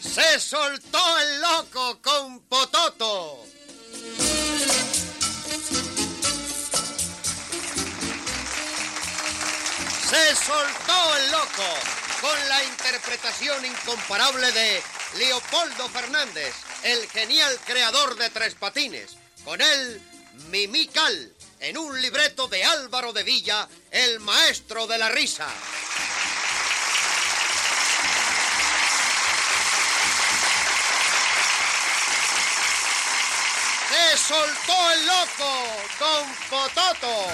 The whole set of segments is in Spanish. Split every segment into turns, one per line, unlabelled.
Se soltó el loco con Pototo. Se soltó el loco con la interpretación incomparable de Leopoldo Fernández, el genial creador de Tres Patines. Con él, Mimical, en un libreto de Álvaro de Villa, el maestro de la risa. Se soltó el loco, don Pototo.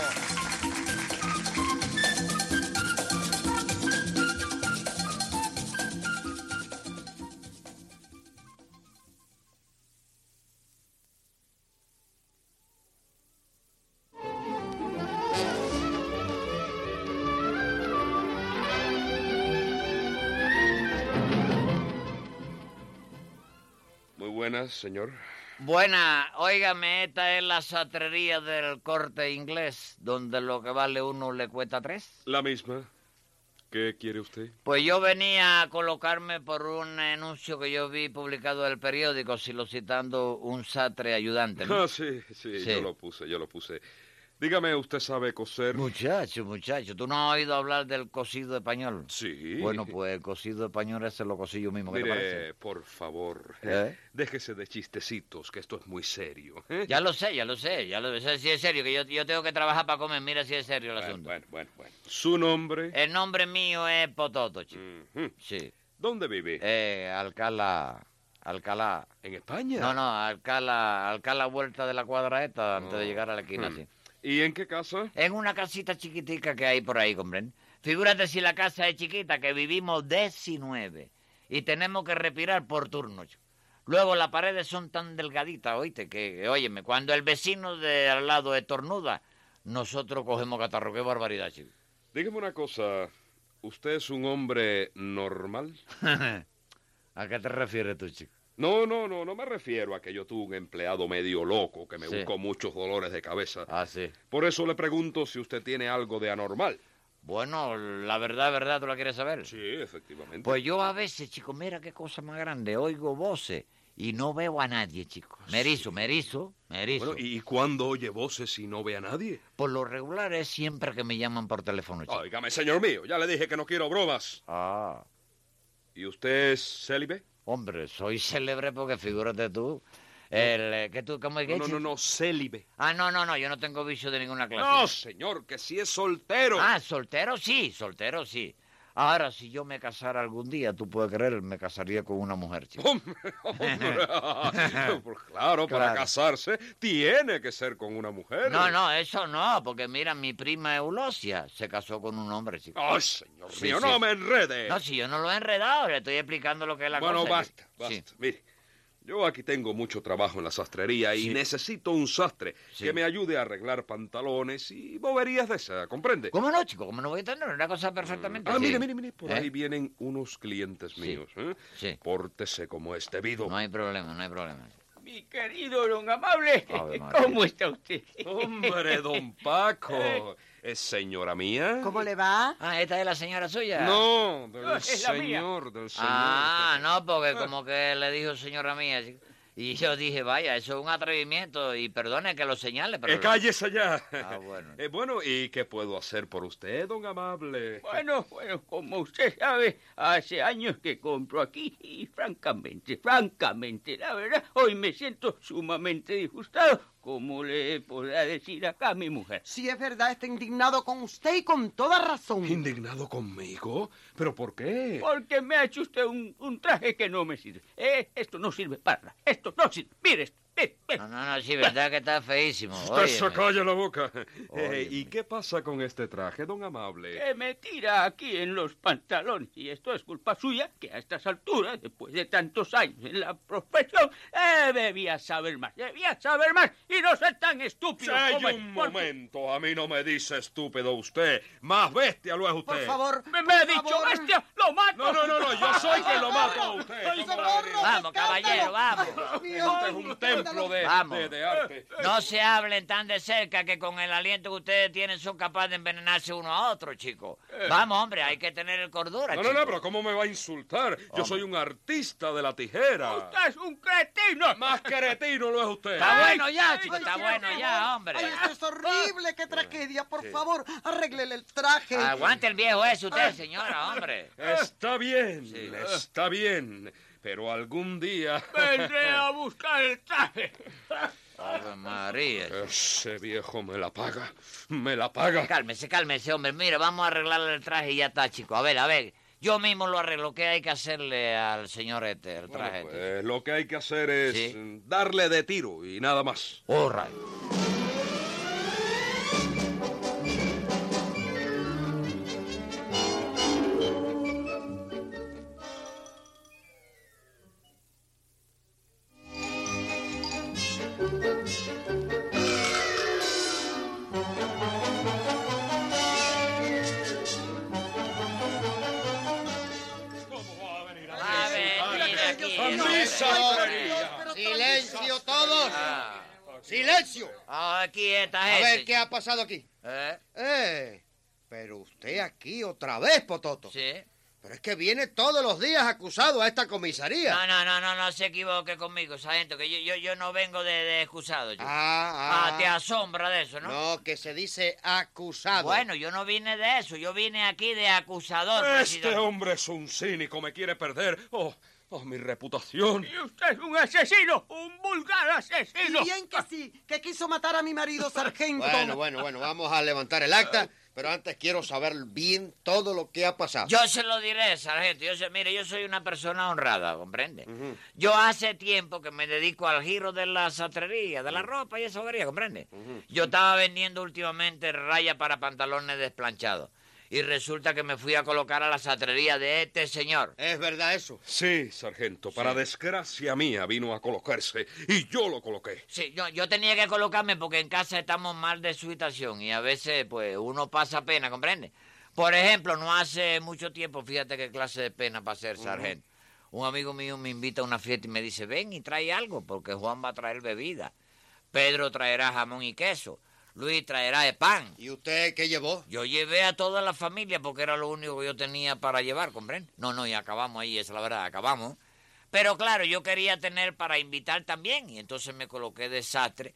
Muy buenas, señor.
Buena, óigame, esta es la satrería del corte inglés, donde lo que vale uno le cuesta tres.
La misma. ¿Qué quiere usted?
Pues yo venía a colocarme por un anuncio que yo vi publicado en el periódico, solicitando un satre ayudante. ¿no?
Ah, sí, sí,
Sí.
yo lo puse, yo lo puse. Dígame, ¿usted sabe coser?
Muchacho, muchacho, ¿tú no has oído hablar del cocido español?
Sí.
Bueno, pues el cocido español ese lo cosí yo mismo, ¿qué te parece?
Mire, por favor,
¿Eh?
déjese de chistecitos, que esto es muy serio. ¿eh?
Ya lo sé, ya lo sé, ya lo sé, si es serio, que yo, yo tengo que trabajar para comer, mira si es serio el
bueno,
asunto.
bueno, bueno, bueno. ¿Su nombre?
El nombre mío es Pototo,
Mm.
chico.
Ujú.
Sí.
¿Dónde vive?
Eh, Alcalá. Alcalá.
¿En España?
No, no, Alcalá, Alcalá vuelta de la cuadra esta antes de llegar a la esquina,
Hmm.
sí.
¿Y en qué casa?
En una casita chiquitica que hay por ahí, compren. Figúrate si la casa es chiquita, que vivimos 19 y tenemos que respirar por turnos. Luego las paredes son tan delgaditas, oíste, que, que, óyeme, cuando el vecino de al lado estornuda, nosotros cogemos catarro. Qué barbaridad, chico.
Dígame una cosa. ¿Usted es un hombre normal?
¿A qué te refieres tú, chico?
No, no, no, no me refiero a que yo tuve un empleado medio loco que me
Sí.
buscó muchos dolores de cabeza.
Ah, sí.
Por eso le pregunto si usted tiene algo de anormal.
Bueno, la verdad, verdad, ¿tú la quieres saber?
Sí, efectivamente.
Pues yo a veces, chico, mira qué cosa más grande, oigo voces y no veo a nadie, chico. Me erizo, me erizo, me erizo.
Bueno, ¿y cuándo oye voces y no ve a nadie?
Por lo regular es siempre que me llaman por teléfono, chico.
Óigame, señor mío, ya le dije que no quiero bromas.
Ah,
¿Y usted es célibe?
hombre, soy célebre porque figúrate tú. El, eh, ¿qué tú, cómo es que
No, no,
dices?
no, no, célibe.
Ah, no, no, no, yo no tengo vicio de ninguna clase.
No, señor, que si es soltero.
Ah, soltero sí, soltero sí. Ahora, si yo me casara algún día, tú puedes creer, me casaría con una mujer, chico.
Hombre, hombre. Pues claro, para
Claro.
casarse tiene que ser con una mujer.
No, no, eso no, porque mira, mi prima Eulosia se casó con un hombre, chico.
Ay, señor
Sí,
mío,
sí.
no me enrede.
No, si yo no lo he enredado, le estoy explicando lo que es la
Eh. bueno,
cosa.
basta,
Sí.
basta. Mire, yo aquí tengo mucho trabajo en la sastrería y
Sí.
necesito un sastre
Sí.
que me ayude a arreglar pantalones y boberías de esa, ¿comprende?
¿Cómo no, chico? ¿Cómo no voy a entender? Una cosa perfectamente
Ah,
así.
mire, mire, mire, por
¿Eh?
ahí vienen unos clientes míos. ¿eh?
Sí.
Pórtese como es debido.
No hay problema, no hay problema.
Mi querido don Amable,
Ave María.
¿cómo está usted?
Hombre, don
Eh.
Paco. ¿Es señora mía?
¿Cómo le va?
Ah, ¿esta es la señora suya?
No, del
No, es la mía.
señor, del señor.
Ah, no, porque como que le dijo señora mía. chico. Y yo dije, vaya, eso es un atrevimiento y perdone que lo señale, pero...
Eh, cállese allá.
Ah, bueno.
Eh, bueno, ¿y qué puedo hacer por usted, don amable?
Bueno, bueno, como usted sabe, hace años que compro aquí y francamente, francamente, la verdad, hoy me siento sumamente disgustado, como le podrá decir acá a mi mujer.
Si es verdad, está indignado con usted y con toda razón.
¿Indignado conmigo? ¿Pero por qué?
Porque me ha hecho usted un, un traje que no me sirve. Eh, esto no sirve para nada, esto no sirve. Mire, esto, mire, mire.
No, no, no, sí, verdad que está feísimo.
Eso,
óyeme.
calla la boca. Eh,
Óyeme.
¿Y qué pasa con este traje, don amable?
que me tira aquí en los pantalones. Y esto es culpa suya, que a estas alturas, después de tantos años en la profesión, eh, debía saber más, debía saber más y no ser tan estúpido.
Ay,
como es,
un
porque
momento, a mí no me dice estúpido usted. Más bestia lo es usted.
Por favor.
Me, me ha
por
dicho
favor.
bestia, lo mato.
No, no, no, no, yo soy quien lo mato a usted.
¡Socorro!
Vamos, caballero, vamos.
Este es un templo de,
Vamos.
de- de arte.
No se hablen tan de cerca que con el aliento que ustedes tienen son capaces de envenenarse uno a otro, chicos. Vamos, hombre, hay que tener el cordura,
Eh. No, no, no,
chico.
pero ¿cómo me va a insultar? Yo
Hombre.
soy un artista de la tijera.
¡Usted es un cretino!
Más queretino lo es usted.
Está bueno
ay,
ya, chico,
ay,
está
ay,
bueno
ay,
ya, hombre.
Ay, esto es horrible, qué tragedia. Por favor, arréglele el traje.
Ah,
Aguante el viejo ese usted, señora, hombre.
Está bien, está bien. Pero algún día...
Vendré a buscar el traje.
Ave María.
Ese viejo me la paga, me la paga.
Cálmese, cálmese, hombre. Mira, vamos a arreglarle el traje y ya está, chico. A ver, a ver. Yo mismo lo arreglo. ¿Qué hay que hacerle al señor este, el traje?
Bueno,
este?
pues, lo que hay que hacer es
Sí.
mm, darle de tiro y nada más.
All right. Va a venir aquí.
Ay,
¿no?
Dios,
¡Misa!
ay, Dios, pero
Silencio todos.
Ah,
Silencio.
ah, aquí está
A
gente.
ver qué ha pasado aquí.
Eh,
Eh, pero usted aquí otra vez, Pototo.
Sí.
Pero es que viene todos los días acusado a esta comisaría.
No, no, no, no, no se equivoque conmigo, sargento, que yo, yo, yo no vengo de, de excusado. yo.
Ah,
Ah, te asombra de eso, ¿no?
No, que se dice acusado.
Bueno, yo no vine de eso, yo vine aquí de acusador.
Este
presidente.
hombre es un cínico, me quiere perder. Oh, oh, mi reputación.
Y usted es un asesino, un vulgar
Y
asesino.
bien que sí, que quiso matar a mi marido, sargento.
Bueno, bueno, bueno, vamos a levantar el acta, pero antes quiero saber bien todo lo que ha pasado.
Yo se lo diré, sargento. Yo se, mire, yo soy una persona honrada, ¿comprende? Yo hace tiempo que me dedico al giro de la sastrería, de la ropa y esa hoguería, ¿comprende? Yo estaba vendiendo últimamente rayas para pantalones desplanchados. Y resulta que me fui a colocar a la sastrería de este señor.
¿Es verdad eso?
Sí, sargento, para desgracia mía vino a colocarse y yo lo coloqué.
Sí, yo, yo tenía que colocarme porque en casa estamos mal de su situación y a veces, pues, uno pasa pena, ¿comprende? Por ejemplo, no hace mucho tiempo, fíjate qué clase de pena para ser sargento. Un amigo mío me invita a una fiesta y me dice, ven y trae algo, porque Juan va a traer bebida. Pedro traerá jamón y queso. Luis traerá el pan.
¿Y usted qué llevó?
Yo llevé a toda la familia porque era lo único que yo tenía para llevar, ¿comprende? No, no, y acabamos ahí, esa es la verdad, acabamos. Pero claro, yo quería tener para invitar también y entonces me coloqué desastre,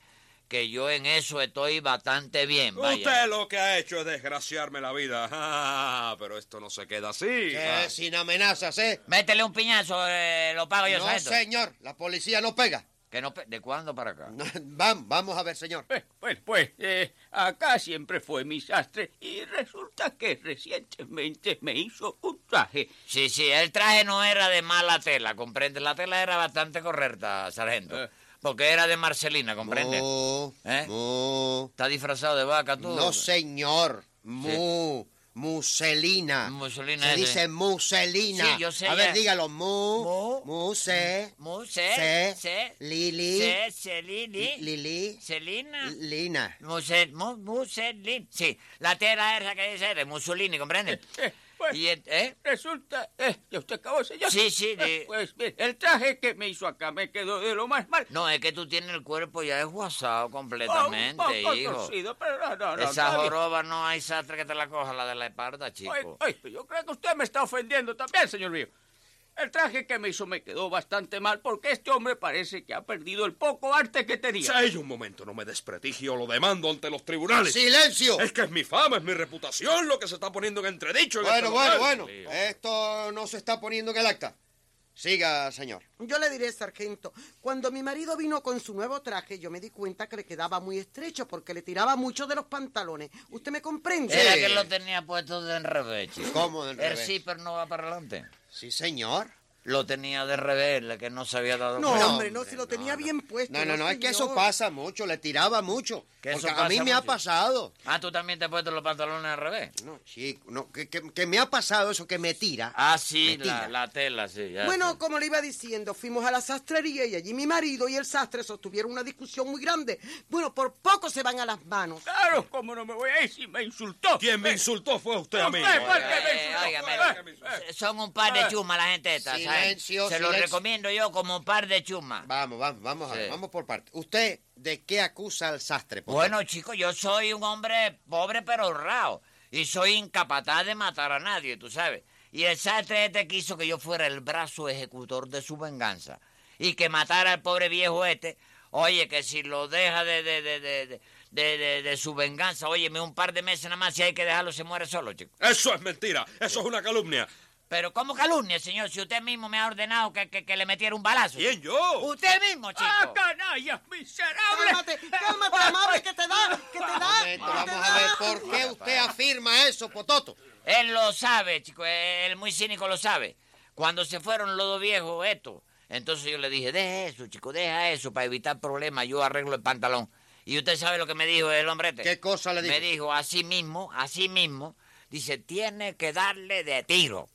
que yo en eso estoy bastante bien. Vaya.
Usted lo que ha hecho es desgraciarme la vida. Ah, pero esto no se queda así.
Que
Ah.
sin amenazas, ¿eh?
Métele un piñazo, eh, lo pago yo,
No,
sargento.
señor, la policía no pega.
Que no pe- ¿De cuándo para acá?
No, Vamos, vamos a ver, señor.
Pues, pues, pues, eh, acá siempre fue mi sastre y resulta que recientemente me hizo un traje.
Sí, sí, el traje no era de mala tela, ¿comprende? La tela era bastante correcta, sargento.
Eh.
Porque era de Marcelina, ¿comprende?
Mu,
¿Eh?
mu.
¿Está disfrazado de vaca tú?
No, señor. Mu. Muselina.
Muselina
Se
es,
dice
eh.
muselina.
Sí, yo sé,
A ver,
ya.
dígalo. Mu.
Mu.
Muse.
Muse,
Se.
se,
Lili.
se, Celini,
Lili.
Celina,
Lina.
Musel, Mu- Muselin, sí, la tela esa que dice de Mussolini, ¿comprende?
Eh, pues,
Y, el- ¿eh?
Resulta, eh, ¿ya usted acabó, señor?
Sí, sí, de-
Eh, pues bien, el traje que me hizo acá me quedó de lo más mal. Ah,
No, es que tú tienes el cuerpo ya desguazado completamente,
Oh, un poco
hijo.
torcido, pero no, no, no,
Esa
está bien.
joroba no hay sastre que te la coja, la de la espalda,
Oye,
chico.
oye, yo creo que usted me está ofendiendo también, señor mío. El traje que me hizo me quedó bastante mal porque este hombre parece que ha perdido el poco arte que tenía.
Sella un momento, no me desprestigio, lo demando ante los tribunales.
¡Silencio!
Es que es mi fama, es mi reputación lo que se está poniendo en entredicho. en
Bueno,
este
bueno,
local.
bueno. Esto no se está poniendo en el acta. Siga, señor.
Yo le diré, sargento, cuando mi marido vino con su nuevo traje, yo me di cuenta que le quedaba muy estrecho porque le tiraba mucho de los pantalones. ¿Usted me comprende?
Era
sí.
que lo tenía puesto de en revés, chico.
¿Cómo de en
El
revés?
zipper no va para adelante.
Sí, señor.
Lo tenía de revés, la que no se había dado
No,
cuenta.
hombre, no, si lo tenía bien puesto.
No, no, no, es que eso
señor.
pasa mucho, le tiraba mucho.
Que eso
Porque a mí
pasa
me ha
mucho.
pasado.
Ah, tú también te has puesto los pantalones al revés.
No, chico, no, que, que- que me ha pasado eso, que me tira.
Ah, sí,
Mentira.
la, la tela, sí. ya
Bueno,
sé.
como le iba diciendo, fuimos a la sastrería y allí mi marido y el sastre sostuvieron una discusión muy grande. Bueno, por poco se van a las manos.
Claro, cómo no me voy a ir si me insultó.
Quien me
Eh,
insultó fue usted,
no
amigo.
fue, fue el que
Eh,
me insultó,
óigame,
fue el que me insultó.
son un par de chumas la gente esta,
Si Silencio,
Se lo
silencio.
recomiendo yo como par de chumas.
Vamos, vamos, vamos a ver,
Sí.
vamos por parte. ¿Usted de qué acusa al sastre? por
Bueno, chicos, yo soy un hombre pobre pero honrado. Y soy incapaz de matar a nadie, tú sabes. Y el sastre este quiso que yo fuera el brazo ejecutor de su venganza. Y que matara al pobre viejo este. Oye, que si lo deja de, de, de, de, de, de- de- de su venganza, óyeme, un par de meses nada más, si hay que dejarlo, se muere solo, chico.
Eso es mentira, eso es una calumnia.
Pero ¿cómo calumnia, señor, si usted mismo me ha ordenado que, que- que le metiera un balazo?
¿Quién yo?
Usted mismo, chico.
¡Ah, canallas miserables!
Cálmate, cálmate, amable, que te da, que te
Un
da.
momento,
Ah,
que te
vamos a
da.
ver, ¿por qué usted afirma eso, Pototo?
Él lo sabe, chico, él muy cínico lo sabe. Cuando se fueron los dos viejos, esto. Entonces yo le dije, deja eso, chico, deja eso, para evitar problemas, yo arreglo el pantalón. Y usted sabe lo que me dijo el hombre este.
¿Qué cosa le dijo?
Me dijo, así mismo, así mismo, dice, tiene que darle de tiro.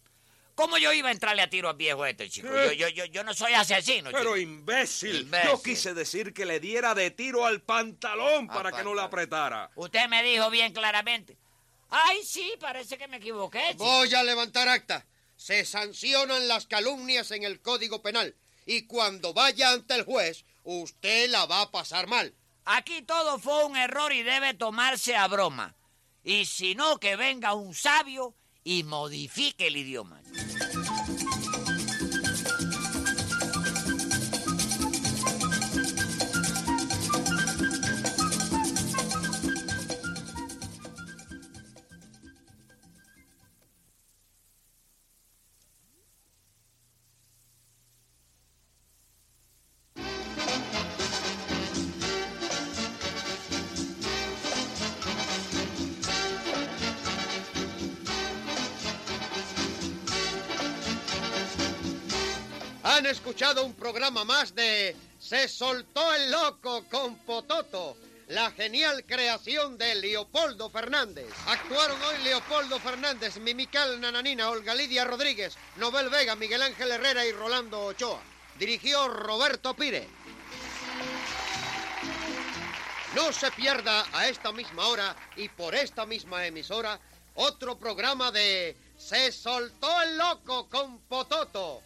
¿Cómo yo iba a entrarle a tiro al viejo este, chico? Yo, yo, yo, yo no soy asesino,
Pero
chico.
imbécil.
Imbécil.
yo quise decir que le diera de tiro al pantalón
Al
para que no le
pantalón.
apretara.
Usted me dijo bien claramente. Ay, sí, parece que me equivoqué, chico.
Voy a levantar acta. Se sancionan las calumnias en el Código Penal. Y cuando vaya ante el juez, usted la va a pasar mal.
Aquí todo fue un error y debe tomarse a broma. Y si no, que venga un sabio y modifique el idioma.
Han escuchado un programa más de Se soltó el loco con Pototo. La genial creación de Leopoldo Fernández. Actuaron hoy Leopoldo Fernández, Mimical Nananina, Olga Lidia Rodríguez, Nobel Vega, Miguel Ángel Herrera y Rolando Ochoa. Dirigió Roberto Pire. No se pierda a esta misma hora y por esta misma emisora otro programa de Se soltó el loco con Pototo.